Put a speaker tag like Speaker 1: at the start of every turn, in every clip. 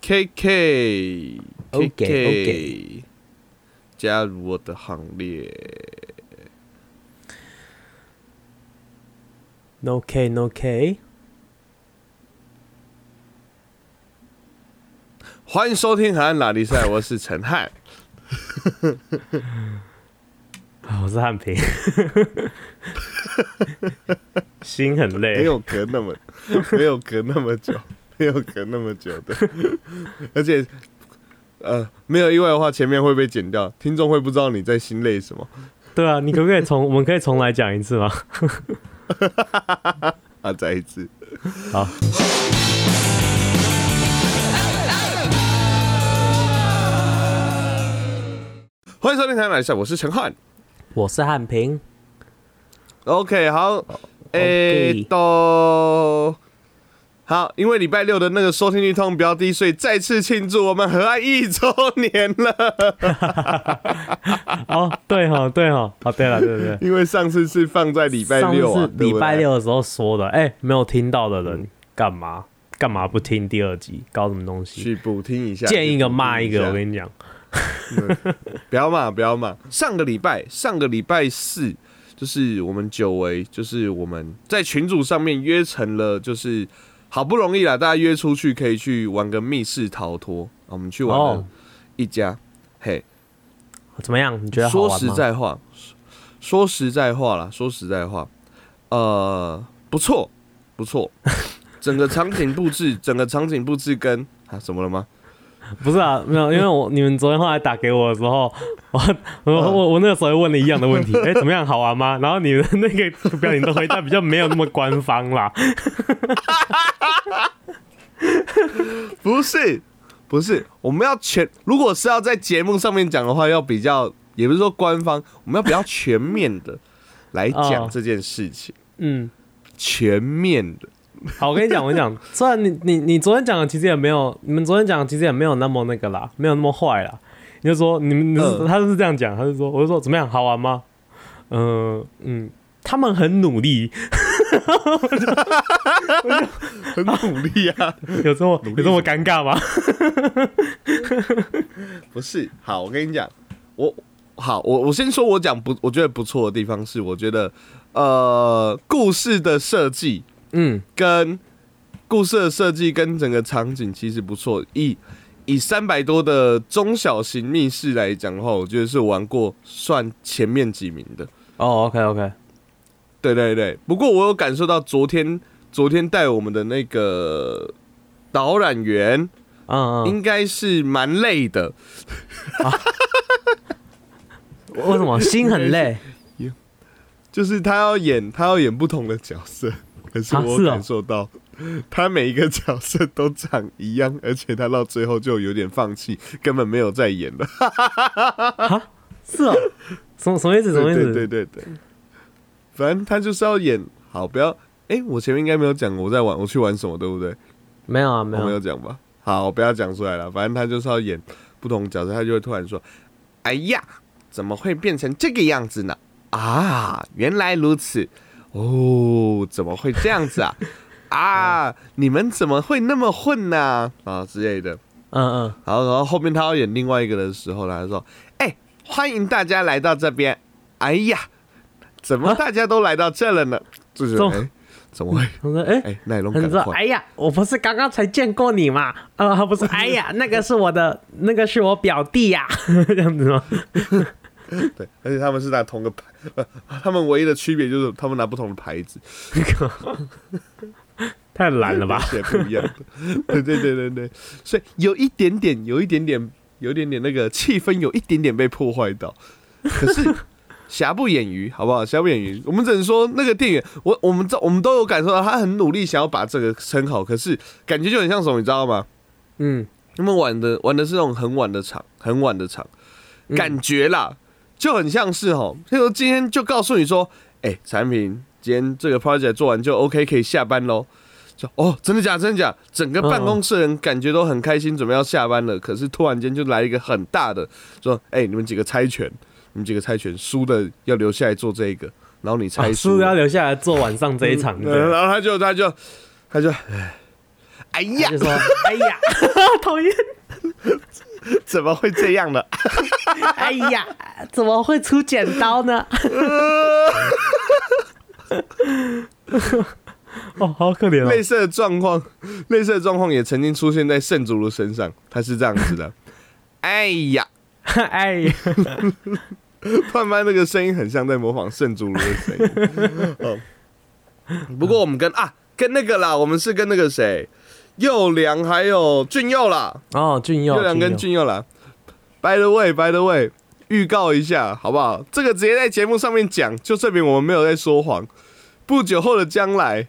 Speaker 1: K K K
Speaker 2: OK，OK
Speaker 1: K，加入我的行列。
Speaker 2: No K No K，
Speaker 1: 欢迎收听《海岸拉力赛》，我是陈汉。
Speaker 2: 啊，我是汉 平，心很
Speaker 1: 没
Speaker 2: 累。
Speaker 1: 有隔那么没有隔那么久，没有隔那么久的， 而且呃，没有意外的话，前面会被剪掉，听众会不知道你在心累什么
Speaker 2: 对啊，你可不可以重？我们可以重来讲一次吗？
Speaker 1: 啊！再一次，
Speaker 2: 好，
Speaker 1: 欢迎收听《台南赛》，我是陈汉。
Speaker 2: 我是汉平。
Speaker 1: OK，好，诶、
Speaker 2: OK
Speaker 1: 都好，因为礼拜六的那个收听率通常比较低，所以再次庆祝我们和爱一周年 了。
Speaker 2: 哦，对哈，对哈，哦，对了，对对对。
Speaker 1: 因为上次是放在礼拜六啊
Speaker 2: 上次，
Speaker 1: 对不对
Speaker 2: 礼拜六的时候说的，哎、没有听到的人干嘛干嘛不听第二集？搞什么东西？
Speaker 1: 去补听一下，
Speaker 2: 见一个骂一
Speaker 1: 去补
Speaker 2: 个，
Speaker 1: 听
Speaker 2: 我跟你讲。
Speaker 1: 不要骂，不要骂。上个礼拜，上个礼拜四，就是我们久违，就是我们在群组上面约成了，就是好不容易啦，大家约出去可以去玩个密室逃脱，啊我们去玩了
Speaker 2: 哦，
Speaker 1: 一家。嘿，
Speaker 2: 怎么样？你觉得好玩
Speaker 1: 说
Speaker 2: 吗？
Speaker 1: 实在话，说实在话啦，说实在话，呃，不错，不 错，整个场景布置， 整个场景布置跟啊，怎么了吗？
Speaker 2: 不是啊，没有，因为我你们昨天后来打给我的时候， 我我我我那个时候也问了一样的问题，哎、 怎么样，好玩吗？然后你的那个表情都回答比较没有那么官方啦，
Speaker 1: 不是，不是，我们要全，如果是要在节目上面讲的话，要比较，也不是说官方，我们要比较全面的来讲
Speaker 2: 哦
Speaker 1: 这件事情，
Speaker 2: 嗯。
Speaker 1: 全面的。
Speaker 2: 好，我跟你讲，我跟你讲， 虽然你你你昨天讲的其实也没有，你们昨天讲的其实也没有那么那个啦，没有那么坏啦。你就说你们，你是、
Speaker 1: 嗯
Speaker 2: 他就是这样讲，他就说，我就说怎么样，好玩吗？嗯、嗯，他们很努力，
Speaker 1: 很努力啊，
Speaker 2: 有这么
Speaker 1: 力
Speaker 2: 有这么尴尬吗？
Speaker 1: 不是。好，我跟你讲，我好，我我先说，我讲不，我觉得不错的地方是，我觉得呃，故事的设计
Speaker 2: 嗯，
Speaker 1: 跟故事的设计跟整个场景其实不错。以以三百多的中小型密室来讲的话，我觉得是玩过算前面几名的。
Speaker 2: 哦，OK OK，
Speaker 1: 对对对，不过我有感受到昨天昨天带我们的那个导览员
Speaker 2: 嗯嗯，
Speaker 1: 应该是蛮累的，
Speaker 2: 为什么心很累？
Speaker 1: 就是他要演他要演不同的角色， 可是
Speaker 2: 啊
Speaker 1: 我
Speaker 2: 是哦
Speaker 1: 感受到、他每一个角色都长一样，而且他到最后就有点放弃，根本没有再演了。
Speaker 2: 是哦， 什么什么意思？什么
Speaker 1: 啊
Speaker 2: 意
Speaker 1: 对
Speaker 2: 思？
Speaker 1: 对对对，反正他就是要演好，不要哎、我前面应该没有讲我在玩我去玩什么，对不对？
Speaker 2: 没有啊，没
Speaker 1: 我
Speaker 2: 有
Speaker 1: 没有讲吧？好，不要讲出来了。反正他就是要演不同角色，他就会突然说：“哎呀，怎么会变成这个样子呢？啊，原来如此，哦，怎么会这样子啊？啊，你们怎么会那么混呢、啊？之类的。
Speaker 2: 嗯嗯，
Speaker 1: 然后，然后后面他要演另外一个的时候呢，他说：“哎、欢迎大家来到这边。哎呀，怎么
Speaker 2: 啊
Speaker 1: 大家都来到这了呢？就是
Speaker 2: 怎么
Speaker 1: 哎、怎么会？
Speaker 2: 他说，哎、
Speaker 1: 哎、奈龙
Speaker 2: 他
Speaker 1: 赶
Speaker 2: 说：“
Speaker 1: 快。”
Speaker 2: 哎呀，我不是刚刚才见过你嘛？啊、不 是，哎呀，那个是我的，那个是我表弟呀、 这样子吗？
Speaker 1: 对，而且他们是拿同个牌，呃，他们唯一的区别就是他们拿不同的牌子，
Speaker 2: 太懒了吧？
Speaker 1: 写不一样的。对对对对对，所以有一点点，有一点点，有一点点那个气氛，有一点点被破坏到。可是 瑕不掩瑜，好不好？瑕不掩瑜，我们只能说那个店员，我我们这我们都有感受到他很努力想要把这个撑好，可是感觉就很像什么，你知道吗？
Speaker 2: 嗯，
Speaker 1: 他们玩的玩的是那种很晚的场，很晚的场，
Speaker 2: 嗯
Speaker 1: 感觉啦，就很像是哦。所以说今天就告诉你说，哎、产品今天这个 project 做完就 OK，可以下班喽。就哦，真的假的真的假的？整个办公室人感觉都很开心，准备要下班了。可是突然间就来一个很大的，说：“哎、你们几个猜拳，你们几个猜拳，输的要留下来做这个，然后你猜
Speaker 2: 啊
Speaker 1: 输
Speaker 2: 书
Speaker 1: 了、
Speaker 2: 要留下来做晚上这一场
Speaker 1: 嗯
Speaker 2: 的。
Speaker 1: 然后他就他就他就，唉哎
Speaker 2: 他
Speaker 1: 呀
Speaker 2: 就，说：“哎呀，讨厌，
Speaker 1: 怎么会这样呢？
Speaker 2: 哎呀，怎么会出剪刀呢？”
Speaker 1: 呃
Speaker 2: 哦，好可怜
Speaker 1: 类
Speaker 2: 哦！
Speaker 1: 似的状况， 类似的状况也曾经出现在圣祖的身上，他是这样子 的。哎呀，
Speaker 2: 哎呀，
Speaker 1: 慢慢那个声音很像在模仿圣祖卢的声音。 哦，不过我们跟啊跟那个啦，我们是跟那个谁，佑良还有俊佑啦，
Speaker 2: 哦，俊佑，
Speaker 1: 佑良跟俊佑啦。By the way，By the way，预告一下好不好？这个直接在节目上面讲，就证明我们没有在说谎。不久后的将来，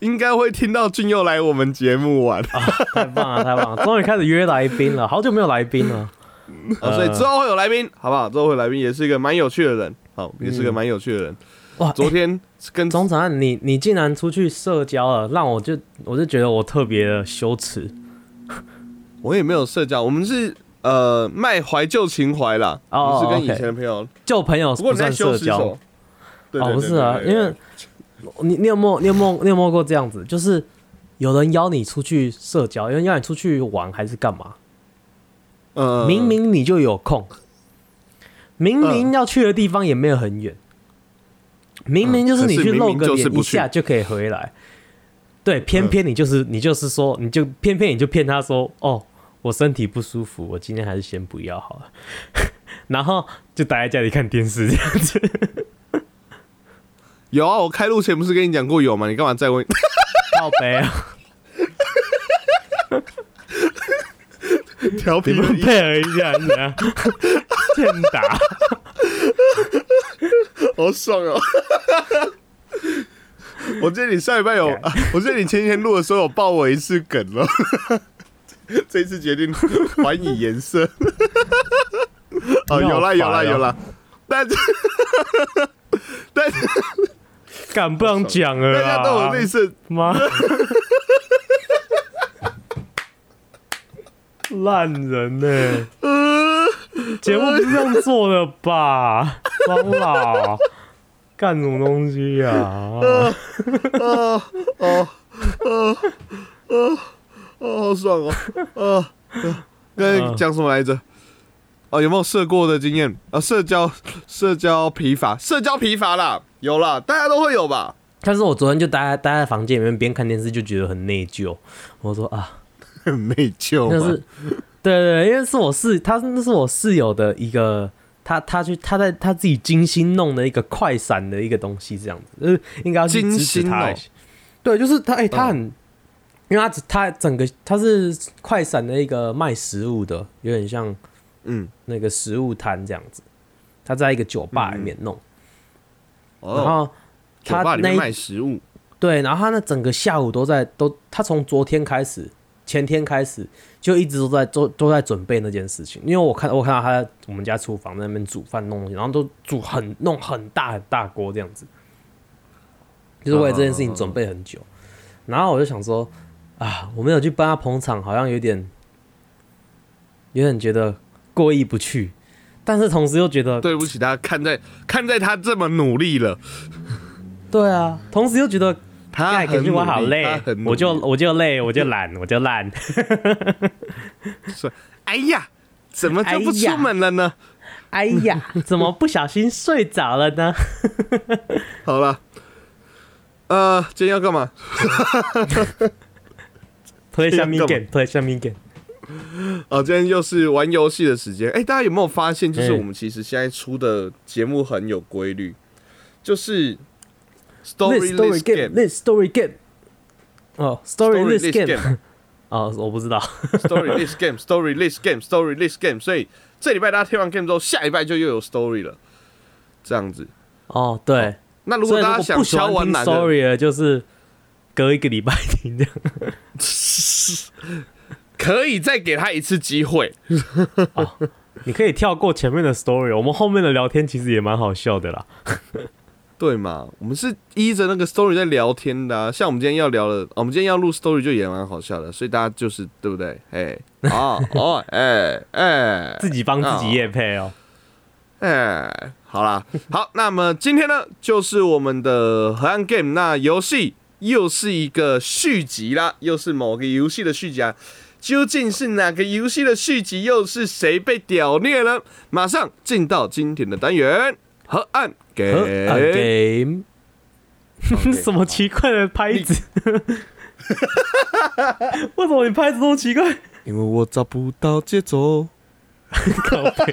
Speaker 1: 应该会听到俊佑来我们节目玩。
Speaker 2: 啊太棒了，太棒了！终于开始约来宾了，好久没有来宾了。呃
Speaker 1: 啊，所以之后会有来宾，好不好？之后会有来宾，也是一个蛮有趣的人，好，也是个
Speaker 2: 嗯
Speaker 1: 蛮有趣的人。
Speaker 2: 哇，
Speaker 1: 昨天跟
Speaker 2: 钟长汉，你你竟然出去社交了，让我就我就觉得我特别的羞耻
Speaker 1: 我也没有社交，我们是呃卖怀旧情怀啦，我
Speaker 2: 哦
Speaker 1: 们是跟以
Speaker 2: OK
Speaker 1: 前的朋友。
Speaker 2: 旧朋友
Speaker 1: 不过
Speaker 2: 不
Speaker 1: 你在
Speaker 2: 算
Speaker 1: 修
Speaker 2: 社
Speaker 1: 失
Speaker 2: 交
Speaker 1: 手，对
Speaker 2: 哦，不是啊，因为你你有没有你有没有你有没有过这样子，就是有人邀你出去社交，有人邀你出去玩还是干嘛？
Speaker 1: 呃
Speaker 2: 明明你就有空，明明要去的地方也没有很远，明明就是你
Speaker 1: 嗯可是
Speaker 2: 去
Speaker 1: 明明
Speaker 2: 露个
Speaker 1: 就是
Speaker 2: 脸
Speaker 1: 不
Speaker 2: 一
Speaker 1: 去嗯
Speaker 2: 下就可以回来，对，偏偏你就是你就是说你就偏偏你就骗他说哦，我身体不舒服，我今天还是先不要好了， 然后就待在家里看电视这样子。
Speaker 1: 有啊，我开录前不是跟你讲过有吗？你干嘛再问？
Speaker 2: 靠背 啊，
Speaker 1: 调皮
Speaker 2: 你们配合一下，你 啊，欠打。
Speaker 1: 好爽哦！ 我记得你上礼拜有，啊 我记得你前几天录的时候有爆我一次梗了， 这一次决定还以颜色。哦，有啦有啦有啦，但是 但是
Speaker 2: 敢不想讲了
Speaker 1: 大家都有
Speaker 2: 啦
Speaker 1: 类？似，
Speaker 2: 妈， 烂人欸呢、节目不是这样做的吧？装啦，干什么东西呀、啊？
Speaker 1: 哦哦哦哦哦，好爽哦！哦，刚才讲什么来着？哦，有没有社过的经验啊？社交社交疲乏，社交疲乏啦，有啦，大家都会有吧？
Speaker 2: 但是我昨天就待在待在房间里面，边看电视就觉得很内疚。我说啊，
Speaker 1: 很内 疚
Speaker 2: 那是
Speaker 1: 嘛。，
Speaker 2: 对对，对因为是我室，他那是我室友的一个，他他去他在他自己精心弄的一个快闪的一个东西，这样子，就是应该要去支
Speaker 1: 精
Speaker 2: 持他
Speaker 1: 心哦
Speaker 2: 一下。对，就是他，哎、他很，因为他只他整个他是快闪的一个卖食物的，有点像
Speaker 1: 嗯，
Speaker 2: 那个食物摊这样子。他在一个酒吧里面弄，然
Speaker 1: 哦，
Speaker 2: 后
Speaker 1: 酒
Speaker 2: 他
Speaker 1: 吧里
Speaker 2: 那
Speaker 1: 面
Speaker 2: 一
Speaker 1: 卖食物，
Speaker 2: 对，然后他那整个下午都在都，他从昨天开始，前天开始就一直都在都都在准备那件事情，因为我看我看到他在我们家厨房在那边煮饭弄东西，然后都煮很弄很大很大锅这样子，就是为了这件事情准备很久，然后我就想说啊，我没有去帮他捧场，好像有点有点觉得过意不去，但是同时又觉得
Speaker 1: 对不起，他看在看在他这么努力了，
Speaker 2: 对啊，同时又觉得
Speaker 1: 他
Speaker 2: 哎可
Speaker 1: 很
Speaker 2: 是
Speaker 1: 努
Speaker 2: 我好
Speaker 1: 力，
Speaker 2: 累
Speaker 1: 他很，努
Speaker 2: 我就
Speaker 1: 力
Speaker 2: 我就累，我就懒，我就烂。
Speaker 1: 哎呀，怎么就不
Speaker 2: 哎呀
Speaker 1: 出门了呢？
Speaker 2: 哎呀， 怎么不小心睡着了呢？
Speaker 1: 好了，呃，今天要干嘛？
Speaker 2: 推下面
Speaker 1: 干
Speaker 2: 给，推下面给。
Speaker 1: 哦，今天又是玩游戏的时间。哎、大家有没有发现，就是
Speaker 2: 嗯
Speaker 1: 我们其实现在出的节目很有规律，就是 story
Speaker 2: This story
Speaker 1: list
Speaker 2: game,
Speaker 1: game。
Speaker 2: this story game。哦，story
Speaker 1: Story
Speaker 2: this
Speaker 1: list
Speaker 2: game。哦，我不知道。
Speaker 1: story list game story list game story list game，所以这礼拜大家听完 game 之后，下礼拜就又有 story 了，这样子。
Speaker 2: 哦，对。
Speaker 1: 那如
Speaker 2: 所
Speaker 1: 果
Speaker 2: 以
Speaker 1: 大家
Speaker 2: 如果不
Speaker 1: 想
Speaker 2: 喜
Speaker 1: 敲
Speaker 2: 欢
Speaker 1: 完
Speaker 2: 听
Speaker 1: 哪个，
Speaker 2: story 了，就是隔一个礼拜听这样。
Speaker 1: 可以再给他一次机会。
Speaker 2: 你可以跳过前面的 story，我们后面的聊天其实也蛮好笑的啦。
Speaker 1: 对嘛？我们是依着那个 story 在聊天的、啊，像我们今天要聊的，哦我们今天要录 story 就也蛮好笑的，所以大家就是对不对？哎，哦哦，哎哎
Speaker 2: 自己帮自己夜配哦。
Speaker 1: 哎，好啦，好，那么今天呢，就是我们的河岸 game 那游戏又是一个续集啦，又是某个游戏的续集啊。究竟是哪个游戏的续集？又是谁被屌虐了？马上进到今天的单元河岸给
Speaker 2: 和 a game，什 么奇怪的拍子？ 为什么你拍子都奇怪？
Speaker 1: 因为我找不到节奏。
Speaker 2: 靠背。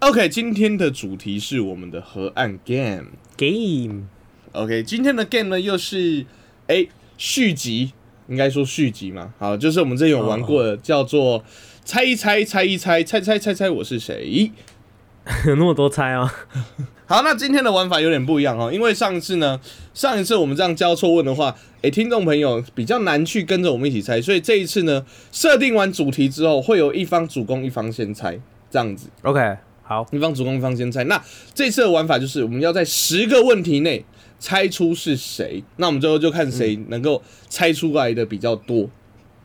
Speaker 1: OK，今天的主题是我们的河岸 game。
Speaker 2: game
Speaker 1: OK，今天的 game 呢又是哎、续集，应该说续集嘛。好，就是我们之前有玩过的，叫做猜一猜，猜一猜，猜猜猜猜我是谁。
Speaker 2: 有 那么多猜啊？
Speaker 1: 好，那今天的玩法有点不一样哦，因为上次呢，上一次我们这样交错问的话，诶、听众朋友比较难去跟着我们一起猜，所以这一次呢，设定完主题之后，会有一方主攻，一方先猜，这样子，
Speaker 2: OK，好，
Speaker 1: 一方主攻，一方先猜。那这次的玩法就是，我们要在十个问题内猜出是谁，那我们最后就看谁能够猜出来的比较多，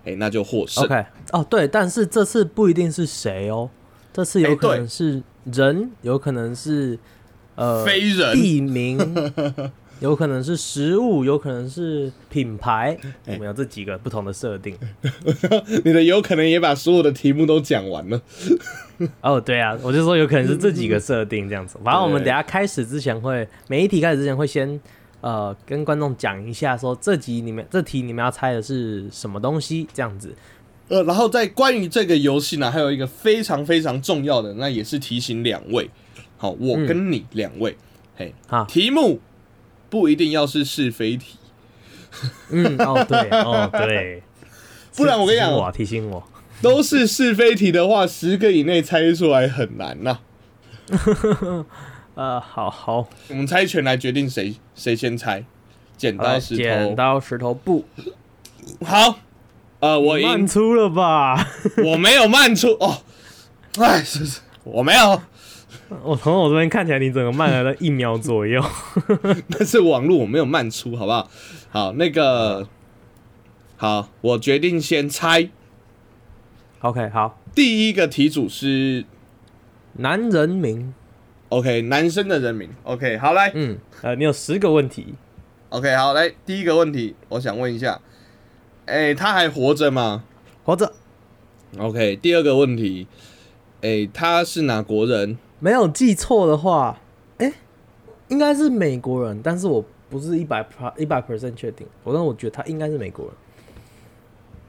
Speaker 1: 诶、那就获胜。
Speaker 2: OK，哦对，但是这次不一定是谁哦，这次
Speaker 1: 哎
Speaker 2: 有可
Speaker 1: 对
Speaker 2: 能是人，有可能是呃
Speaker 1: 非人
Speaker 2: 地 名，有可能是食物，有可能是品牌，我们有这几个不同的设定。
Speaker 1: 你的有可能也把所有的题目都讲完了。
Speaker 2: 哦，对啊，我就说有可能是这几 个设定这样子。反正我们
Speaker 1: 对
Speaker 2: 等一下开始之前会，每一题开始之前会先呃跟观众讲一下，说这集你们这题你们要猜的是什么东西这样子。
Speaker 1: 呃，然后在关于这个游戏呢，还有一个非常非常重要的，那也是提醒两位，好，我跟你两位，嘿，
Speaker 2: 好
Speaker 1: 题目不一定要是是非题，
Speaker 2: 嗯，哦对，哦对，
Speaker 1: 不然我跟你讲
Speaker 2: 提醒我提醒我，
Speaker 1: 都是是非题的话，十个以内猜出来很难呐、
Speaker 2: 呃，好好，
Speaker 1: 我们猜拳来决定谁谁先猜，剪
Speaker 2: 好来
Speaker 1: 刀石
Speaker 2: 剪
Speaker 1: 头，
Speaker 2: 刀石头布，
Speaker 1: 好，呃，我
Speaker 2: 慢
Speaker 1: 赢，
Speaker 2: 出了吧？
Speaker 1: 我没有慢出哦，哎，是是，我没有，
Speaker 2: 我从我这边看起来，你整个慢了一秒 左右。
Speaker 1: 但是网络我没有慢出，好不好？好，那个，好，我决定先猜。
Speaker 2: OK，好，
Speaker 1: 第一个题组是
Speaker 2: 男人名，
Speaker 1: OK 男生的人名。OK，好来、
Speaker 2: 嗯，呃，你有十个问题，
Speaker 1: o k 好来，第一个问题，我想问一下，哎、他还活着吗
Speaker 2: 活着
Speaker 1: ？OK，第二个问题，哎、他是哪国人？
Speaker 2: 没有记错的话，哎、应该是美国人，但是我不是一百一百 percent 确定，我但我觉得他应该是美国人，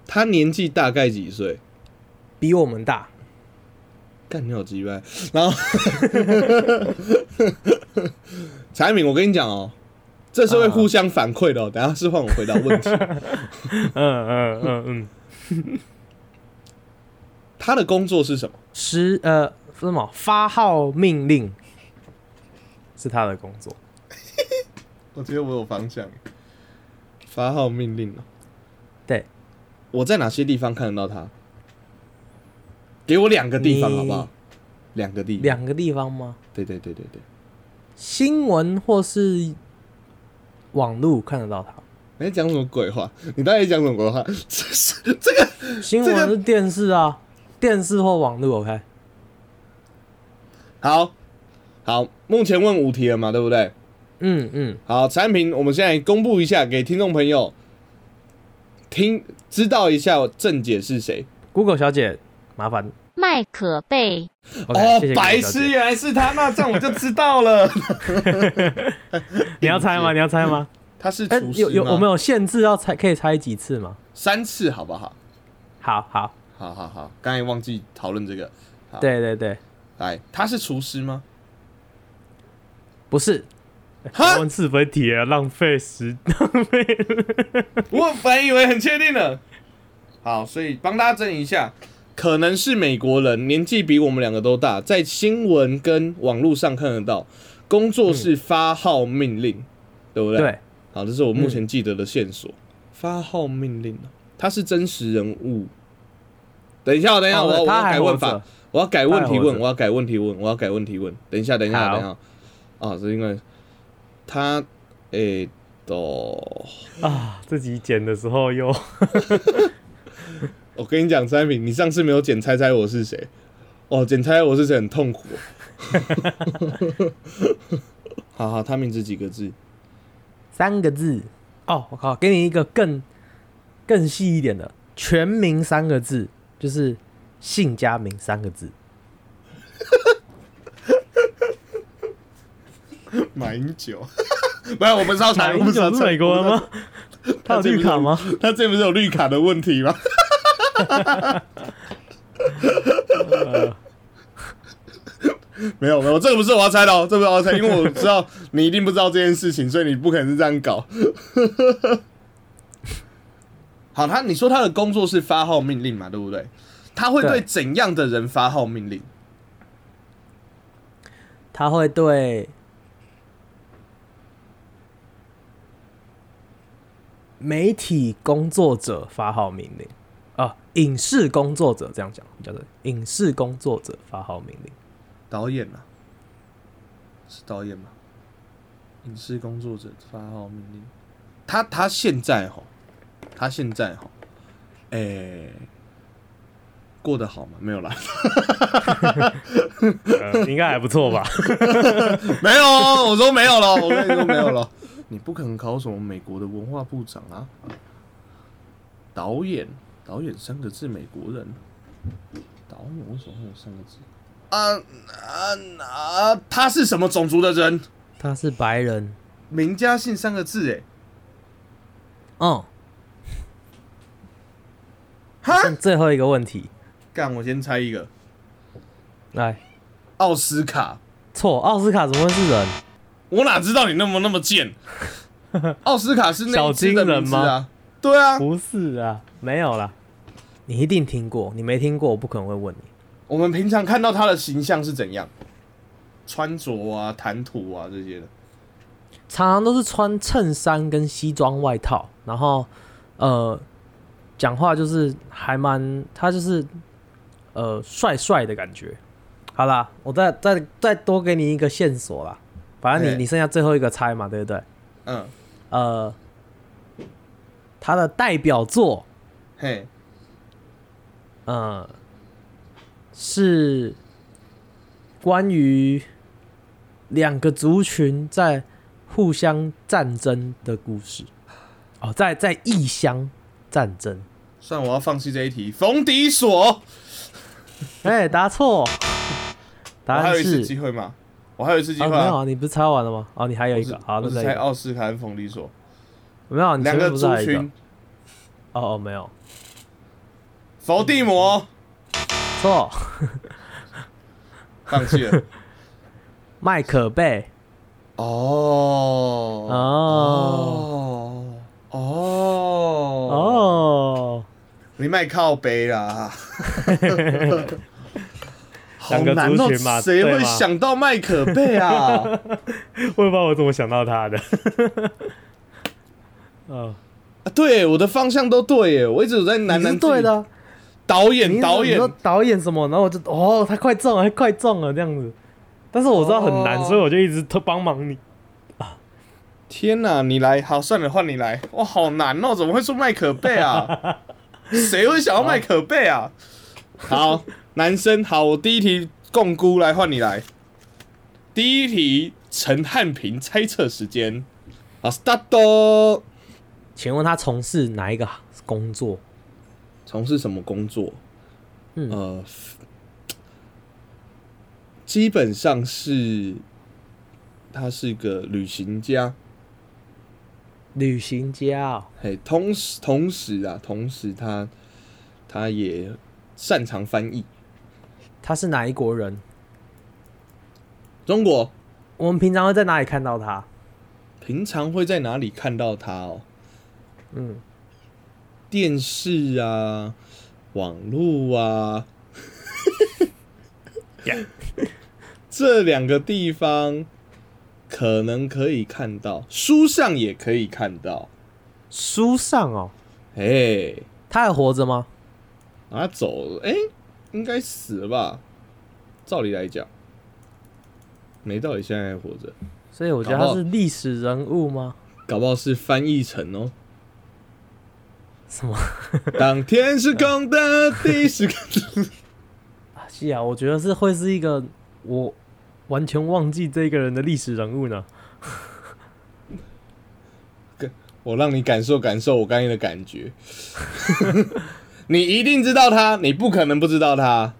Speaker 1: 他年纪大概几岁？
Speaker 2: 比我们大。
Speaker 1: 干你好鸡掰！然后 产品，我跟你讲哦，这是会互相反馈的哦。等一下是换我回答问 题。
Speaker 2: 嗯嗯嗯嗯，
Speaker 1: 他的工作是什么？
Speaker 2: 十呃是什么发号命令是他的工作。
Speaker 1: 我觉得我有方向。发号命令了。
Speaker 2: 对，
Speaker 1: 我在哪些地方看得到他？给我两个地方
Speaker 2: 你
Speaker 1: 好不好？两个地方。
Speaker 2: 两个地方吗？
Speaker 1: 对对对对对。
Speaker 2: 新闻或是网络看得到他。
Speaker 1: 你在讲什么鬼话？你到底讲什么鬼话？ 这是这个
Speaker 2: 新闻是电视啊，电视或网络，OK。
Speaker 1: 好好，目前问五题了嘛，对不对？
Speaker 2: 嗯嗯，
Speaker 1: 好，产品我们现在公布一下给听众朋友听，知道一下郑姐是谁。
Speaker 2: ，Google 小姐，麻烦。
Speaker 3: 麦可贝。
Speaker 2: OK，、谢谢
Speaker 1: 哦，
Speaker 2: Google
Speaker 1: 白
Speaker 2: 小
Speaker 1: 痴，
Speaker 2: 姐。
Speaker 1: 原来是他，那这样我就知道 了。
Speaker 2: 你要猜吗？你要猜吗？
Speaker 1: 他是
Speaker 2: 哎、
Speaker 1: 厨师
Speaker 2: 有有，
Speaker 1: 吗
Speaker 2: 我们有限制要猜，可以猜几次吗？
Speaker 1: 三次，好不好？
Speaker 2: 好好，
Speaker 1: 好好好，刚才忘记讨论这个。好
Speaker 2: 对对对，
Speaker 1: 来，他是厨师吗？
Speaker 2: 不是。
Speaker 1: 哈
Speaker 2: 问四分题啊，浪费时，浪费。
Speaker 1: 我本以为很确定了。好，所以帮大家整理一下，可能是美国人，年纪比我们两个都大，在新闻跟网络上看得到，工
Speaker 2: 嗯
Speaker 1: 作是发号命令，对不对？。
Speaker 2: 对，
Speaker 1: 好，这是我目前记得的线索。
Speaker 2: 嗯
Speaker 1: 发号命令啊他是真实人物。等一下，等一下，
Speaker 2: 哦
Speaker 1: 我要我
Speaker 2: 他
Speaker 1: 要
Speaker 2: 还
Speaker 1: 改问
Speaker 2: 活
Speaker 1: 法
Speaker 2: 着，
Speaker 1: 我要改问题
Speaker 2: 他还活
Speaker 1: 问，
Speaker 2: 着
Speaker 1: 我要改问题问，我要改问题问。等一下，等一下，
Speaker 2: 好
Speaker 1: 等一下。啊，是因为他，诶、的，
Speaker 2: 啊，自己剪的时候又
Speaker 1: 我跟你讲，三明，你上次没有剪猜猜我是谁？哦，剪猜猜我是谁很痛苦。哦 好好，他名字几个字？
Speaker 2: 三个字哦，我靠，给你一个更更细一点的全名三个字，就是姓加名三个字。
Speaker 1: 马英九， 不是我们超
Speaker 2: 马
Speaker 1: 惨，我
Speaker 2: 英
Speaker 1: 们 超
Speaker 2: 九是
Speaker 1: 惨。
Speaker 2: 美国人吗？他有绿卡吗？
Speaker 1: 他这不是有绿卡的问题吗？没有没有，这个不是我要猜的哦，这不是我要猜，因为我知道你一定不知道这件事情，所以你不可能是这样搞。好，他你说他的工作是发号命令嘛，对不对？他会对
Speaker 2: 对
Speaker 1: 怎样的人发号命令？
Speaker 2: 他会对媒体工作者发号命令啊，影视工作者这样讲比较对，影视工作者发号命令，
Speaker 1: 导演啊，是导演吗？影视工作者发号命令。他他现在哈，他现在哈，哎、过得好吗？没有啦，
Speaker 2: 呃应该还不错吧？
Speaker 1: 没有哦，我说没有了，我跟你说没有了。你不可能考什么美国的文化部长啊！导演，导演三个字，美国人。导演为什么会有三个字？啊啊啊！他是什么种族的人？
Speaker 2: 他是白人，
Speaker 1: 名家姓三个字，哎，
Speaker 2: 嗯，
Speaker 1: 哈！
Speaker 2: 最后一个问题，
Speaker 1: 干，我先猜一个，
Speaker 2: 来，
Speaker 1: 奥斯卡，
Speaker 2: 错，奥斯卡怎么会是人？
Speaker 1: 我哪知道你那么那么 贱？奥斯卡是那一只的
Speaker 2: 小金人
Speaker 1: 名字
Speaker 2: 吗
Speaker 1: 啊？对啊，
Speaker 2: 不是啊，没有啦，你一定听过，你没听过，我不可能会问你。
Speaker 1: 我们平常看到他的形象是怎样？穿着啊、谈吐啊这些的。
Speaker 2: 常常都是穿衬衫跟西装外套，然后呃，讲话就是还蛮他就是呃帅帅的感觉。好啦，我再再再多给你一个线索啦，反正你
Speaker 1: 哎
Speaker 2: 你剩下最后一个猜嘛，对不对？
Speaker 1: 嗯，
Speaker 2: 呃，他的代表作
Speaker 1: 嘿，
Speaker 2: 呃是关于两个族群在互相战争的故事。哦，在在异乡战 争。
Speaker 1: 算我要放弃这一题。冯迪索，
Speaker 2: 哎、答错，
Speaker 1: 我
Speaker 2: 答
Speaker 1: 还
Speaker 2: 案
Speaker 1: 有一次
Speaker 2: 是
Speaker 1: 机会吗？我还有一次机
Speaker 2: 啊、
Speaker 1: 会
Speaker 2: 没有
Speaker 1: 啊！
Speaker 2: 啊，你不是猜完了吗？哦，你还有
Speaker 1: 我
Speaker 2: 一
Speaker 1: 只
Speaker 2: 个，好，
Speaker 1: 我
Speaker 2: 那
Speaker 1: 只
Speaker 2: 再一
Speaker 1: 猜
Speaker 2: 个，
Speaker 1: 奥斯卡和冯迪索，
Speaker 2: 没有啊，你
Speaker 1: 两
Speaker 2: 前面
Speaker 1: 个
Speaker 2: 不是
Speaker 1: 族
Speaker 2: 还有一个？
Speaker 1: 群。
Speaker 2: 哦哦，没有，
Speaker 1: 伏地魔，
Speaker 2: 错，
Speaker 1: 放弃 了。
Speaker 2: 麦可贝，
Speaker 1: 哦
Speaker 2: 啊哦
Speaker 1: 哦哦，
Speaker 2: 哦，
Speaker 1: 你卖靠背啦。好
Speaker 2: 两个
Speaker 1: 难
Speaker 2: 族
Speaker 1: 哦
Speaker 2: 群嘛，
Speaker 1: 谁
Speaker 2: 对
Speaker 1: 会
Speaker 2: 吗
Speaker 1: 想到麦可贝啊？
Speaker 2: 我也不知道我怎么想到他的。 哦，
Speaker 1: 啊对，我的方向都对耶，我一直有在喃
Speaker 2: 你是
Speaker 1: 喃
Speaker 2: 对的啊，
Speaker 1: 导
Speaker 2: 你
Speaker 1: 演
Speaker 2: 是
Speaker 1: 导
Speaker 2: 你
Speaker 1: 演
Speaker 2: 说导演什么，然后我就哦，他快中了，他快中了这样子。但是我知道很难，
Speaker 1: 哦
Speaker 2: 所以我就一直特帮忙你。
Speaker 1: 天哪、你来好，算了，换你来。哇，好难哦，怎么会说麦可贝啊？谁会想要麦可贝啊？好，男生，好，我第一题共估来换你来。第一题，陈汉平猜测时间。啊，start。哦
Speaker 2: 请问他从事哪一个工作？
Speaker 1: 从事什么工作？
Speaker 2: 嗯
Speaker 1: 呃，基本上是，他是个旅行家。
Speaker 2: 旅行家、哦。
Speaker 1: 嘿，同时同时啊，同时他他也擅长翻译
Speaker 2: 他是哪一国人？
Speaker 1: 中国。
Speaker 2: 我们平常会在哪里看到他？
Speaker 1: 平常会在哪里看到他哦？
Speaker 2: 嗯，
Speaker 1: 电视啊，网络啊
Speaker 2: Yeah
Speaker 1: 这两个地方可能可以看到，书上也可以看到。
Speaker 2: 书上哦，
Speaker 1: 哎，
Speaker 2: 他还活着吗？
Speaker 1: 拿走了，哎、应该死了吧？照理来讲，没道理现在还活着。
Speaker 2: 所以我觉得
Speaker 1: 搞不好
Speaker 2: 他是历史人物吗？
Speaker 1: 搞不好是翻译成哦。
Speaker 2: 什么
Speaker 1: 当天是空的，地是空的。
Speaker 2: 啊？是啊，我觉得是会是一个我完全忘记这个人的历史人物呢。
Speaker 1: 我让你感受感受我刚才的感觉。 你一定知道他，你不可能不知道他。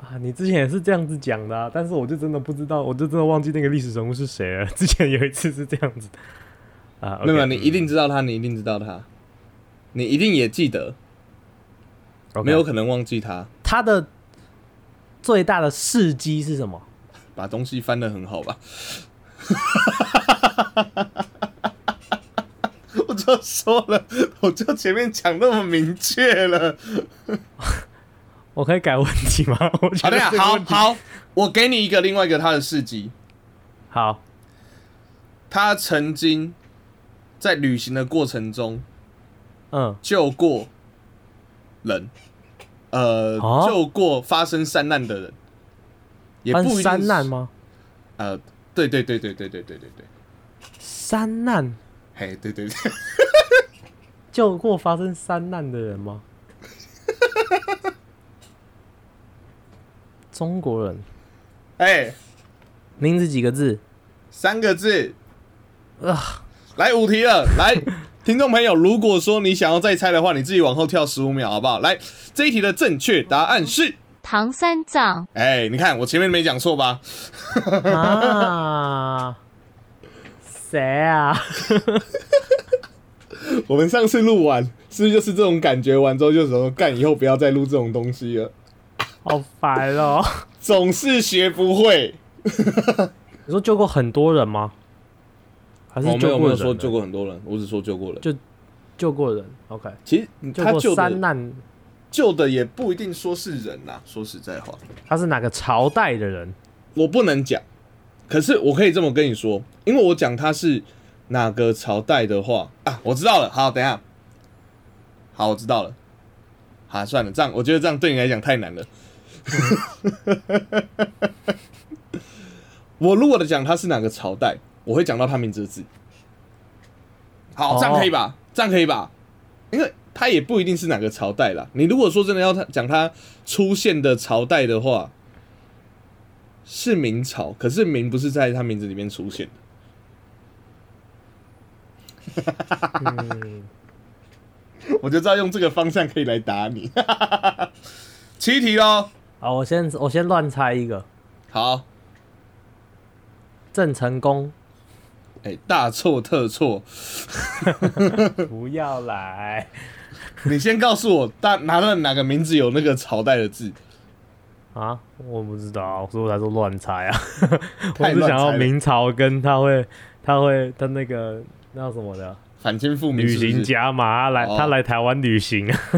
Speaker 2: 啊，你之前也是这样子讲的、啊，但是我就真的不知道，我就真的忘记那个历史人物是谁了。 之前有一次是这样子的啊，
Speaker 1: 没有没有，
Speaker 2: OK，
Speaker 1: 你一定知道他，你一定知道他，你一定也记得，
Speaker 2: OK
Speaker 1: 没有可能忘记他。
Speaker 2: 他的最大的事迹是什么？
Speaker 1: 把东西翻得很好吧？ 我就说了，我就前面讲那么明确了。
Speaker 2: 我可以改问题吗？ 我觉
Speaker 1: 好
Speaker 2: 得
Speaker 1: 的呀，
Speaker 2: 这个
Speaker 1: 好
Speaker 2: 问题
Speaker 1: 好，我给你一个另外一个他的事迹，
Speaker 2: 好
Speaker 1: 他曾经在旅行的过程中
Speaker 2: 嗯，
Speaker 1: 救过人，呃，
Speaker 2: 啊
Speaker 1: 救过发生山难的人，也不
Speaker 2: 翻
Speaker 1: 一定是
Speaker 2: 山难？吗？
Speaker 1: 呃，对对对对对对对对对，
Speaker 2: 山难
Speaker 1: 嘿，对对对，
Speaker 2: 救过发生山难的人吗？ 中国人，
Speaker 1: 哎，
Speaker 2: 名字几个字？
Speaker 1: 三个字，
Speaker 2: 啊，
Speaker 1: 来五题了， 来，听众朋友，如果说你想要再猜的话，你自己往后跳十五秒，好不好？来，这一题的正确答案是，
Speaker 4: 唐三藏、
Speaker 1: 哎，你看我前面没讲错吧？
Speaker 2: 啊，谁啊？
Speaker 1: 我们上次录完，是不是就是这种感觉？完之后就说干，以后不要再录这种东西了，
Speaker 2: 好烦哦、
Speaker 1: 总是学不会。
Speaker 2: 你说救过很多人吗？还是
Speaker 1: 我哦没
Speaker 2: 救
Speaker 1: 有
Speaker 2: 过
Speaker 1: 没
Speaker 2: 人
Speaker 1: 有
Speaker 2: 而已？
Speaker 1: 说救过很多人，我只说救过人。
Speaker 2: 就救过人，OK，
Speaker 1: 其实
Speaker 2: 救
Speaker 1: 他
Speaker 2: 过
Speaker 1: 救
Speaker 2: 三啊
Speaker 1: 的
Speaker 2: 难，
Speaker 1: 救的也不一定说是人呐、说实在话，
Speaker 2: 他是哪个朝代 的人？
Speaker 1: 我不能讲。可是我可以这么跟你说，因为我讲他是哪个朝代的话啊，我知道了。好，等一下，好，我知道了。啊，算了，这样我觉得这样对你来讲太难了。 我如果的讲他是哪个朝代，我会讲到他名字的字。好，这样可以吧？这样可以吧？因为他也不一定是哪个朝代啦。你如果说真的要他讲他出现的朝代的话，是明朝，可是明不是在他名字里面出现的。
Speaker 2: 嗯，
Speaker 1: 我就知道用这个方向可以来打你。七题喽，
Speaker 2: 好，我先我先乱猜一个，
Speaker 1: 好，
Speaker 2: 郑成功，
Speaker 1: 哎、大错特错，
Speaker 2: 不要来，
Speaker 1: 你先告诉我，大拿了哪个名字有那个朝代的字？
Speaker 2: 啊，我不知道，所以我才说乱 猜啊。我
Speaker 1: 太
Speaker 2: 只
Speaker 1: 乱
Speaker 2: 想
Speaker 1: 猜了
Speaker 2: 要明朝跟他会，他会他那个那叫什么的
Speaker 1: 反清复明
Speaker 2: 旅
Speaker 1: 是不是
Speaker 2: 行家嘛，他来、
Speaker 1: 哦
Speaker 2: 他来台湾旅行啊。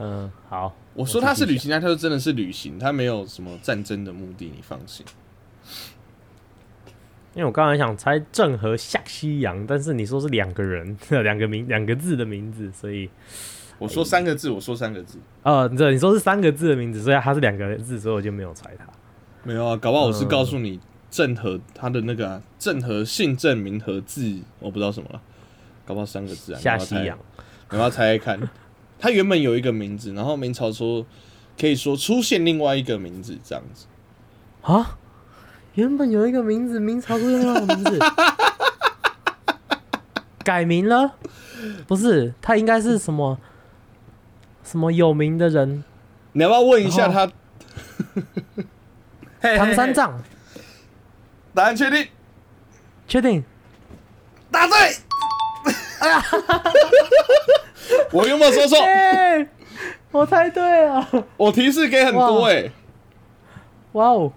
Speaker 2: 嗯，好，
Speaker 1: 我说他是
Speaker 2: 自己
Speaker 1: 旅行家，他就真的是旅行，他没有什么战争的目的，你放心。
Speaker 2: 因为我刚才想猜郑和下西洋，但是你说是两个人， 两个名两个字的名字，所以
Speaker 1: 我说三个字，我说三个字，
Speaker 2: 呃，这你说是三个字的名字，所以他是两个字，所以我就没有猜他。
Speaker 1: 没有啊，搞不好我是告诉你郑和他的那个啊郑、和姓郑名和字，我不知道什么了，搞不好三个字啊。
Speaker 2: 下
Speaker 1: 你要不
Speaker 2: 西
Speaker 1: 要猜
Speaker 2: 洋，
Speaker 1: 你要不要猜猜看？他原本有一个名字，然后明朝说可以说出现另外一个名字这样子。
Speaker 2: 啊，原本有一个名字，明朝出现那个名字， 改名了？不是，他应该是什么什么有名的人？
Speaker 1: 你要不要问一下
Speaker 2: 哦
Speaker 1: 他？嘿嘿嘿
Speaker 2: 唐三藏，
Speaker 1: 答案确定，
Speaker 2: 确定？
Speaker 1: 答 对。我有没有说错？
Speaker 2: 哎、 我猜对了！
Speaker 1: 我提示给很多
Speaker 2: 哇
Speaker 1: 哎、
Speaker 2: 哇哦，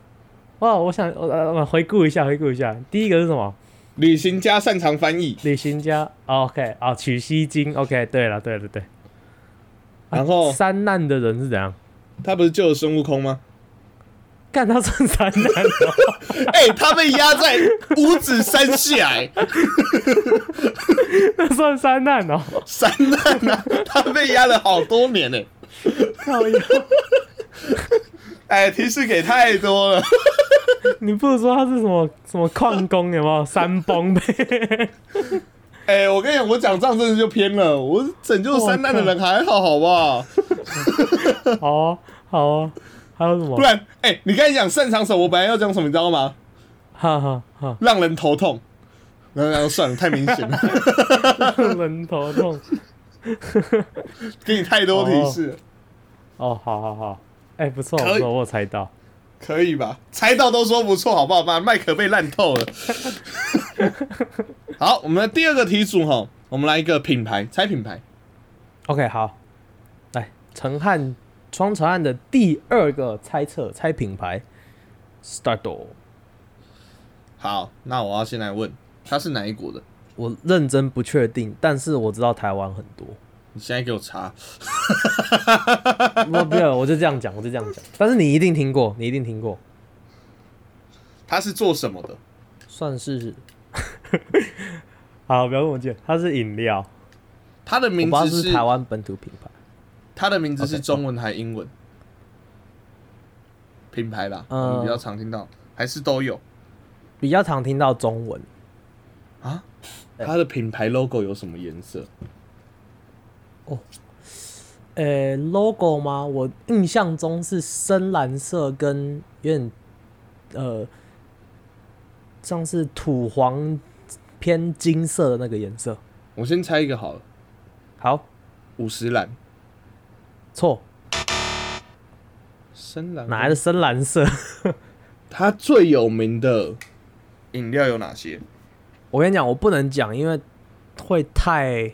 Speaker 2: 哇哦！我想呃呃回顾一下，回顾一下，第一个是什么？
Speaker 1: 旅行家擅长翻译，
Speaker 2: 旅行家。哦 OK，哦，取西经。OK，对了，对了，对。啊
Speaker 1: 然后
Speaker 2: 三难的人是怎样？
Speaker 1: 他不是救了孙悟空吗？
Speaker 2: 干他算三难哦。
Speaker 1: 哎、他被压在五指山下、欸，
Speaker 2: 那算三难哦，
Speaker 1: 山难啊，他被压了好多年欸呢、
Speaker 2: 靠腰！
Speaker 1: 哎、提示给太多了，
Speaker 2: 你不如说他是什么什么矿工有没有山崩呗？
Speaker 1: 哎、哎、我跟你讲，我讲这样真的就偏了。我拯救三难的人还好，好不好？
Speaker 2: 好啊，好啊，还有什么
Speaker 1: 不？然，哎、你刚才讲擅长手，我本来要讲什么，你知道吗？
Speaker 2: 哈哈哈，
Speaker 1: 让人头痛。然后然后算了，太明显了，
Speaker 2: 人头痛。
Speaker 1: 给你太多提示了，
Speaker 2: 哦，好好好，哎、不错，
Speaker 1: 可
Speaker 2: 不
Speaker 1: 以
Speaker 2: 错，我有猜到。
Speaker 1: 可以吧？猜到都说不错，好不好？把麦克被烂透了。 好，我们的第二个题组哈，我们来一个品牌，猜品牌。
Speaker 2: OK，好，来，陈汉双陈汉的第二个猜测，猜品牌 Stardo。
Speaker 1: 好，那我要先来问，它是哪一国的？
Speaker 2: 我认真不确定，但是我知道台湾很多。
Speaker 1: 你现在给我查，
Speaker 2: 我不要，我就这样讲，我就这样讲。但是你一定听过，你一定听过，
Speaker 1: 它是做什么的？
Speaker 2: 算是。好，不要问我借，它是饮料，
Speaker 1: 它的
Speaker 2: 我
Speaker 1: 名
Speaker 2: 不知道
Speaker 1: 字
Speaker 2: 是
Speaker 1: 是
Speaker 2: 台湾本土品牌。
Speaker 1: 它的名字是
Speaker 2: OK，
Speaker 1: 中文还英文？品牌啦，
Speaker 2: 嗯
Speaker 1: 我们比较常听到，还是都有
Speaker 2: 比较常听到中文，
Speaker 1: 啊？
Speaker 2: 对
Speaker 1: 它的品牌 logo 有什么颜色？
Speaker 2: 呃、l o g o 吗？我印象中是深蓝色跟有点，呃，像是土黄偏金色的那个颜色。
Speaker 1: 我先猜一个好了，
Speaker 2: 好，
Speaker 1: 五十岚，
Speaker 2: 错，
Speaker 1: 深蓝。
Speaker 2: 哪来的？深蓝色？
Speaker 1: 它最有名的饮料有哪些？
Speaker 2: 我跟你讲，我不能讲，因为会太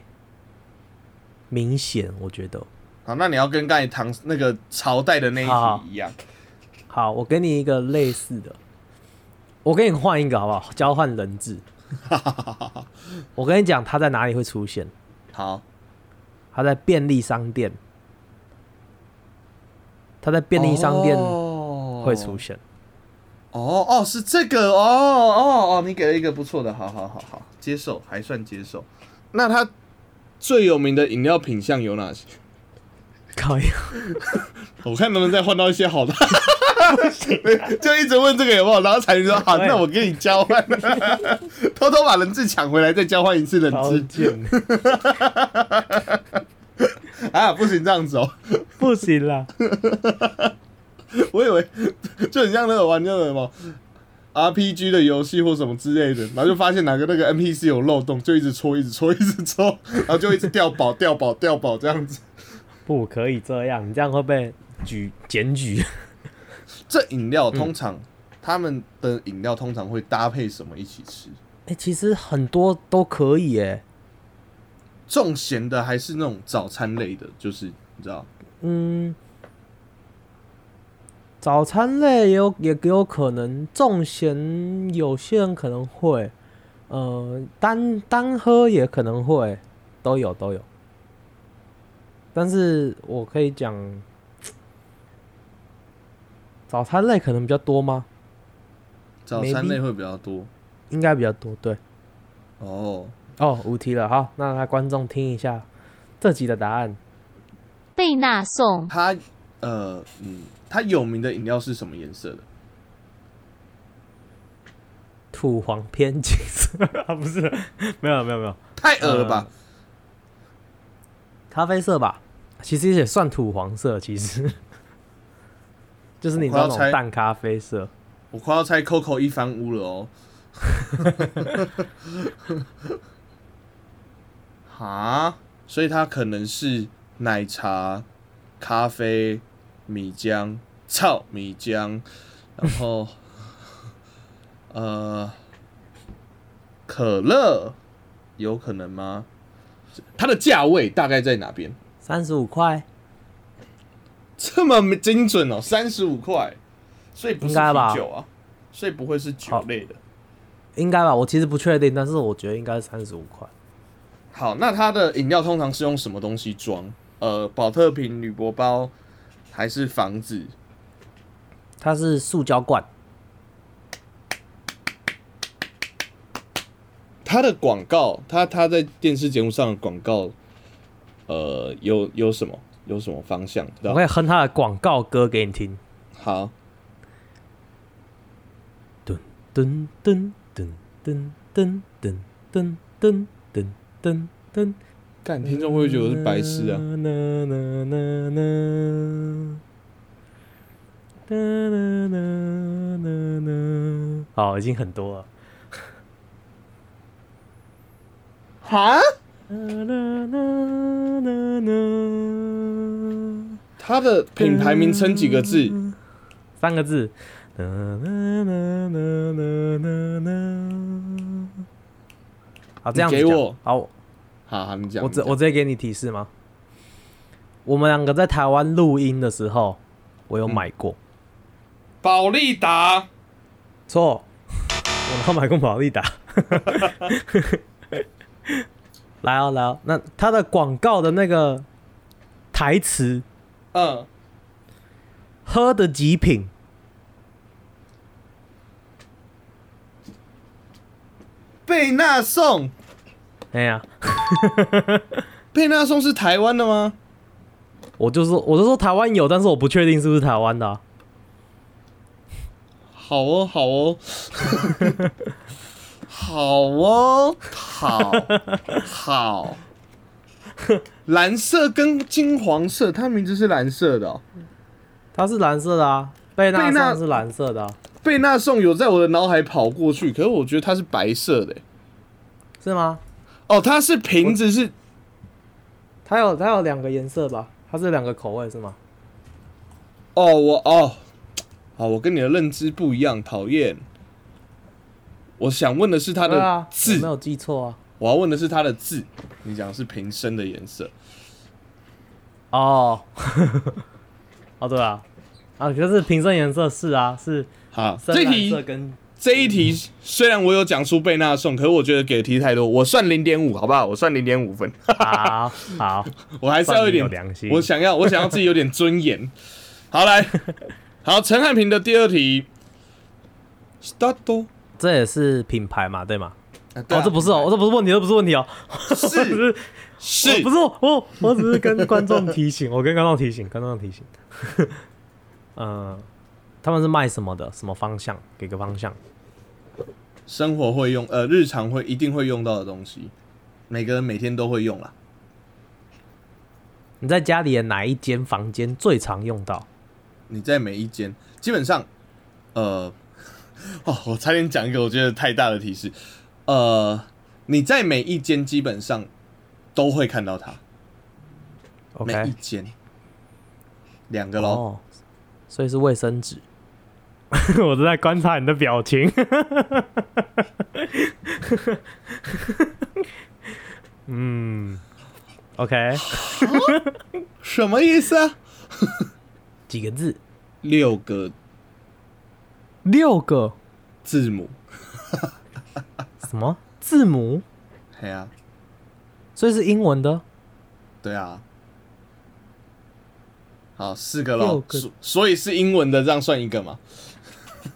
Speaker 2: 明显。我觉得，
Speaker 1: 好，那你要跟刚才唐那个朝代的那
Speaker 2: 好
Speaker 1: 一题一样。
Speaker 2: 好，我给你一个类似的，我给你换一个好不好？交换人质。我跟你讲，它在哪里会出现？
Speaker 1: 好，
Speaker 2: 他在便利商店，他在便利商店会
Speaker 1: 会
Speaker 2: 出现。
Speaker 1: 哦哦，是这个哦哦哦，你给了一个不错的，好好好好，接受还算接受。那它最有名的饮料品相有哪些？
Speaker 2: 靠呀，
Speaker 1: 我看能不能再换到一些好的。 就一直问这个有没有，然后才能说好，
Speaker 2: 对
Speaker 1: 那我跟你交 换，偷偷把人质抢回来，再交换一次人
Speaker 2: 超
Speaker 1: 质
Speaker 2: 贱，
Speaker 1: 啊！不行这样子哦，
Speaker 2: 不行啦！
Speaker 1: 我以为 就很像那个玩那个什么 RPG 的游戏或什么之类的，然后就发现哪个那个 NPC 有漏洞，就一直戳，一直戳，一直戳，然后就一直掉宝、掉宝、掉宝这样子。
Speaker 2: 不可以这样，你这样会被举检举。
Speaker 1: 这饮料通常、他们的饮料通常会搭配什么一起吃？
Speaker 2: 哎、其实很多都可以哎、
Speaker 1: 重咸的还是那种早餐类的，就是你知道
Speaker 2: 嗯，早餐类也有也有可能，重咸有些人可能会，呃，单单喝也可能会，都有都有。但是我可以讲，早餐类可能比较多吗？
Speaker 1: 早餐
Speaker 2: Maybe
Speaker 1: 类会比较多
Speaker 2: 应该比较多，对。
Speaker 1: 哦。
Speaker 2: 哦，无题了，好，那让观众听一下这集的答案。
Speaker 4: 贝纳颂、
Speaker 1: 它呃嗯，它有名的饮料是什么颜色的？
Speaker 2: 土黄偏金色啊， 不是，没有没有没有，
Speaker 1: 太恶了吧！
Speaker 2: 咖啡色吧，其实也算土黄色，其实 就是你知道
Speaker 1: 我快要
Speaker 2: 那种
Speaker 1: 猜
Speaker 2: 淡咖啡色。
Speaker 1: 我快要猜 Coco 一番屋了 哦。哈，所以它可能是奶茶、咖啡、米浆、糙米浆，然 后呃，可乐，有可能吗？它的价位大概在哪边？
Speaker 2: 三十五块
Speaker 1: 这么精准哦，三十五块，所以不是
Speaker 2: 应该吧
Speaker 1: 啤酒啊，所以不会是酒
Speaker 2: 好
Speaker 1: 类的。
Speaker 2: 应该吧？我其实不确定，但是我觉得应该是三十五块。
Speaker 1: 好，那它的饮料通常是用什么东西装？呃，保特瓶、铝箔包，还是房子？
Speaker 2: 它是塑胶罐，
Speaker 1: 它的广告，它它在电视节目上的广告，呃，有有什么有什么方向？对啊吧
Speaker 2: 我可以哼它的广告歌给你听。
Speaker 1: 好，
Speaker 2: 噔噔噔噔噔噔噔噔噔噔噔噔噔，
Speaker 1: 干听众会不会觉得我是白痴啊？
Speaker 2: 呐呐呐呐呐呐呐呐呐好，已经很多了。
Speaker 1: 哈，
Speaker 2: 呐呐呐呐呐，
Speaker 1: 它的品牌名称几个字？
Speaker 2: 三个字。呐呐呐呐呐呐呐。好，这样子
Speaker 1: 你给
Speaker 2: 讲
Speaker 1: 我
Speaker 2: 好，
Speaker 1: 好，好你讲。
Speaker 2: 我
Speaker 1: 你
Speaker 2: 直
Speaker 1: 讲
Speaker 2: 我直接给你提示吗？我们两个在台湾录音的时候，我有买过，
Speaker 1: 宝利达，嗯
Speaker 2: 错、我哪有买过宝利达？ 来哦来哦，那它的广告的那个台词
Speaker 1: 嗯，
Speaker 2: “喝的极品
Speaker 1: 贝纳颂，”，
Speaker 2: 哎呀，
Speaker 1: 贝纳颂是台湾的吗？
Speaker 2: 我就说我就说台湾有，但是我不确定是不是台湾的啊、
Speaker 1: 好哦，好哦，好哦，好，好。蓝色跟金黄色，它名字是蓝色的、哦。
Speaker 2: 它是蓝色的啊，贝纳
Speaker 1: 贝纳
Speaker 2: 上是蓝色的、啊，
Speaker 1: 贝纳颂有在我的脑海跑过去，可是我觉得它是白色的。欸
Speaker 2: 是吗？
Speaker 1: 哦，它是瓶子是
Speaker 2: 它有它有两个颜色吧？它是两个口味是吗？
Speaker 1: 哦，我哦，好，我跟你的认知不一样，讨厌。我想问的是它
Speaker 2: 对
Speaker 1: 的
Speaker 2: 啊，我
Speaker 1: 字，
Speaker 2: 没有记错啊。
Speaker 1: 我要问的是它的字。你讲的是瓶身的颜色，
Speaker 2: 哦， 哦对啊，啊可是瓶身颜色是啊是
Speaker 1: 好，
Speaker 2: 深
Speaker 1: 这
Speaker 2: 蓝
Speaker 1: 题
Speaker 2: 色跟
Speaker 1: 这一题虽然我有讲出贝纳颂，可是我觉得给的题太多，我算零点五，好不好？我算零点五分，
Speaker 2: 好好
Speaker 1: 我还是要点
Speaker 2: 算你有良心
Speaker 1: 我想要，我想要自己有点尊 严。好，来，好，陈汉平的第二题，start
Speaker 2: 这也是品牌嘛对吗？
Speaker 1: 啊对啊
Speaker 2: 哦这不是哦，这不是问题，这不是问题哦，不
Speaker 1: 是
Speaker 2: 是
Speaker 1: 是
Speaker 2: 不是我我我只是跟观众提醒，我跟观众提醒，观众提醒，嗯，他们是卖什么的？什么方向？给个方向。
Speaker 1: 生活会用，呃，日常会一定会用到的东西，每个人每天都会用啦。
Speaker 2: 你在家里的哪一间房间最常用到？
Speaker 1: 你在每一间，基本上，呃， 哦，我差点讲一个我觉得太大的提示，呃，你在每一间基本上都会看到它
Speaker 2: OK，
Speaker 1: 每一间，两个喽，
Speaker 2: 哦，所以是卫生纸。 我正在观察你的表情。嗯，OK，
Speaker 1: 什么意思啊？
Speaker 2: 几个字？
Speaker 1: 六个
Speaker 2: 六个？
Speaker 1: 字母，
Speaker 2: 什么字母？
Speaker 1: 嘿啊，
Speaker 2: 所以是英文的？
Speaker 1: 对啊。好，四个
Speaker 2: 六
Speaker 1: 喽，
Speaker 2: 个
Speaker 1: 所所以是英文的，这样算一个嘛？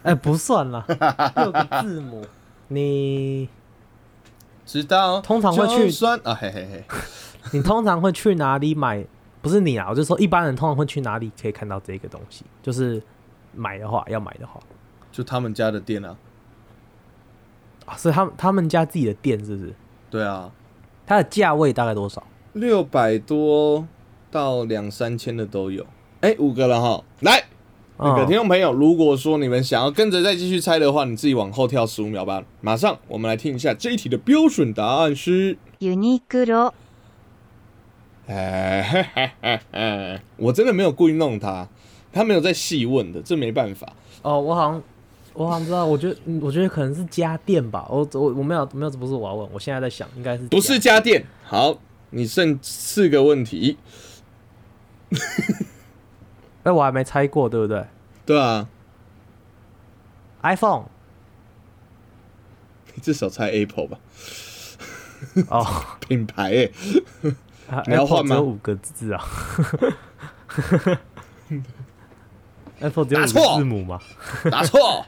Speaker 2: 哎、不算 啦，六个字母。你
Speaker 1: 知道，
Speaker 2: 通常会去
Speaker 1: 就算啊，嘿嘿嘿，
Speaker 2: 你通常会去哪里买？不是你啊，我就说一般人通常会去哪里可以看到这个东西？就是买的话，要买的话
Speaker 1: 就他们家的店啊，
Speaker 2: 啊，所以他们他们家自己的店是不是？
Speaker 1: 对啊，
Speaker 2: 它的价位大概多少？
Speaker 1: 六百多到两三千的都有。哎、五个了哈，来，那个
Speaker 2: 嗯
Speaker 1: 听众朋友，如果说你们想要跟着再继续猜的话，你自己往后跳十五秒吧。马上我们来听一下这一题的标准答案是，
Speaker 4: ユニクロ、
Speaker 1: 哎嘿嘿嘿嘿，我真的没有故意弄他，他没有在细问的，这没办法。
Speaker 2: 哦，我好像我好像知道，我觉得嗯我觉得可能是家电吧。我我我没有没有，这不是我要问，我现在在想应该是
Speaker 1: 不是
Speaker 2: 家
Speaker 1: 家电。好，你剩四个问题，
Speaker 2: 哎，我还没猜过，对不对
Speaker 1: 对啊，
Speaker 2: ？iPhone
Speaker 1: 你至少猜 Apple 吧，
Speaker 2: 哦，
Speaker 1: 品牌诶、
Speaker 2: 啊
Speaker 1: 你要换
Speaker 2: Apple
Speaker 1: 吗
Speaker 2: 只有五个字啊 ，Apple 只有
Speaker 1: 打
Speaker 2: 五
Speaker 1: 错
Speaker 2: 个字母吗？
Speaker 1: 答错。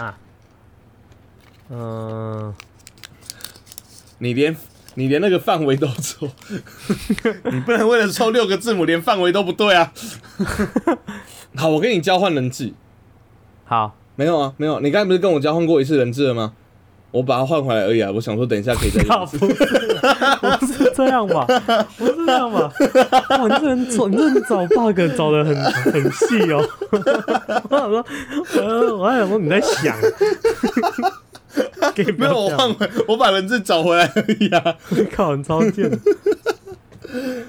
Speaker 2: 啊，嗯，
Speaker 1: 你连你连那个范围都 错，你不能为了抽六个字母连范围都不对 啊！好，我跟你交换人质，
Speaker 2: 好，
Speaker 1: 啊没有啊，没有，你刚才不是跟我交换过一次人质了吗？我把它换回来而已啊。我想说，等一下可 以再用
Speaker 2: 靠
Speaker 1: 一次
Speaker 2: 谱，不是这样吧？不是这样吧？哇，你这人找你这人找 bug 找的很很细哦。 我想说，呃我我还想说你在想，给
Speaker 1: 没有，我换回，我把人质找回来而已啊。
Speaker 2: 靠，你超贱的。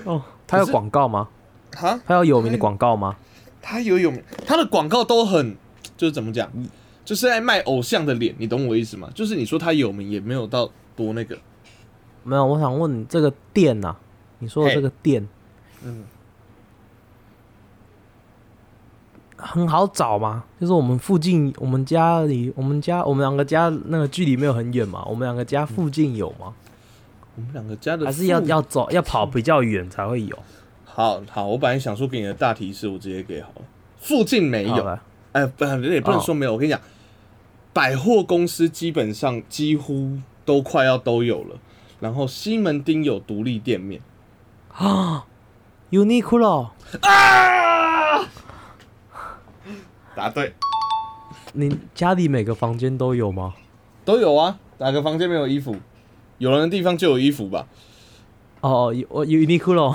Speaker 2: 哦，他有广告吗？
Speaker 1: 哈，
Speaker 2: 他有有名的广告吗？
Speaker 1: 他有有他的广告都很，就是怎么讲，就是在卖偶像的脸，你懂我意思吗？就是你说他有名也没有到多那个，
Speaker 2: 没有，我想问你这个店呐、你说的这个店，
Speaker 1: 嗯，
Speaker 2: 很好找吗？就是我们附近，我们家里，我们家，我们两个家那个距离没有很远嘛，我们两个家附近有吗？
Speaker 1: 我们两个家的
Speaker 2: 还是要
Speaker 1: 父
Speaker 2: 要走要跑比较远才会有？
Speaker 1: 好好，我本来想说给你的大提示，我直接给好了，附近没
Speaker 2: 好哦
Speaker 1: 有，
Speaker 2: 吧，
Speaker 1: 哎，不，也不能说没有，我跟你讲，百货公司基本上几乎都快要都有了，然后西门町有独立店面
Speaker 2: 啊，Uniqlo，
Speaker 1: 啊，答对，
Speaker 2: 你家里每个房间都有吗？
Speaker 1: 都有啊，哪个房间没有衣服？有人的地方就有衣服吧。
Speaker 2: 哦，哦，我 Uniqlo，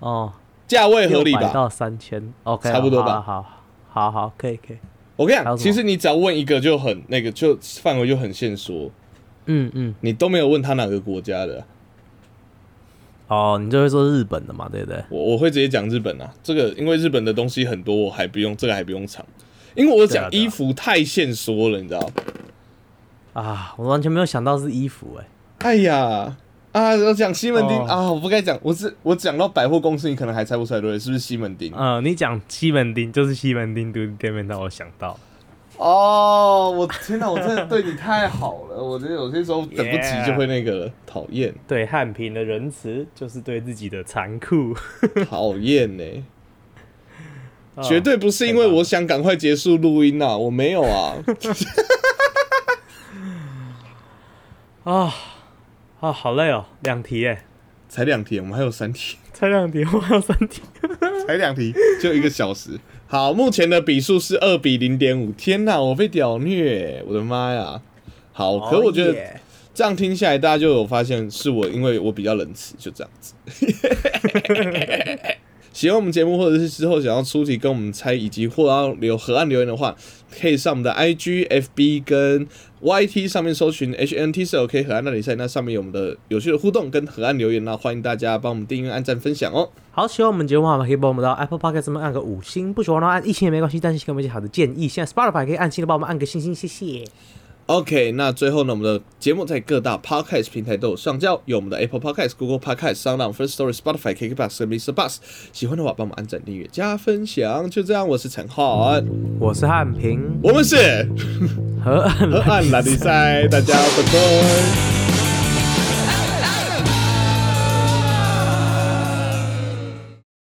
Speaker 2: 哦，
Speaker 1: 价 位合理
Speaker 2: 600
Speaker 1: 吧？
Speaker 2: 到三千，OK，
Speaker 1: 差不多吧
Speaker 2: 好好好好，可以可以，
Speaker 1: 我跟你
Speaker 2: 还有
Speaker 1: 讲，
Speaker 2: 什
Speaker 1: 其
Speaker 2: 么
Speaker 1: 实你只要问一个就很那个，就范围就很限缩，
Speaker 2: 嗯嗯，
Speaker 1: 你都没有问他哪个国家的啊、
Speaker 2: 哦，你就会说日本的嘛，对不对？
Speaker 1: 我我会直接讲日本啊，这个因为日本的东西很多，我还不用这个还不用藏，因为我
Speaker 2: 对啊
Speaker 1: 讲
Speaker 2: 对啊
Speaker 1: 衣服太限缩了，你知道？
Speaker 2: 啊，我完全没有想到是衣服、哎，
Speaker 1: 哎呀啊，我讲西门町、
Speaker 2: 哦
Speaker 1: 啊，我不该讲，我是我讲到百货公司，你可能还猜不出来对不对？是不是西门町？
Speaker 2: 呃，你讲西门町就是西门町独立店面，让我想到，
Speaker 1: 哦，我天哪，我真的对你太好了，我觉得有些时候等不及
Speaker 2: Yeah
Speaker 1: 就会那个了，讨厌
Speaker 2: 对汉平的仁慈就是对自己的残 酷，
Speaker 1: 讨厌呢。
Speaker 2: 哦
Speaker 1: 绝对不是因为我想赶快结束录音啊，我没有啊。
Speaker 2: 啊啊，好累哦，两题哎，
Speaker 1: 才两题，我们还有三题，
Speaker 2: 才两题，我还有三 题，
Speaker 1: 才两题就一个小时。好，目前的比数是二比零点五。天哪，我被屌虐，我的妈呀！好，可我觉得
Speaker 2: 哦耶
Speaker 1: 这样听下来，大家就有发现是我，因为我比较仁慈，就这样子。 喜欢我们节目，或者是之后想要出题跟我们猜，以及或要留河岸留言的话，可以上我们的 IG、FB 跟 YT 上面搜寻 HNT 是 OK 河岸那里赛，那上面有我们的有趣的互动跟河岸留言那欢迎大家帮我们订阅、按赞、分享哦。
Speaker 2: 好，喜欢我们节目的话，可以帮我们到 Apple Podcast 上面按个五星，不喜欢的话按一星也没关系，但是给我们一些好的建议。现在 Spotify 可以按星的帮我们按个星星，谢谢。
Speaker 1: OK，那最后呢，我们的节目在各大 Podcast 平台都有上架，有我们的 Apple Podcast、Google Podcast、Sound On、First Story、Spotify、KKBox 跟 Mr. Bus。喜欢的话，帮我们按赞、订阅、加分享。就这样，我是陈浩，
Speaker 2: 我是汉平
Speaker 1: 我们是
Speaker 2: 和
Speaker 1: 河岸拉力赛，大家拜拜。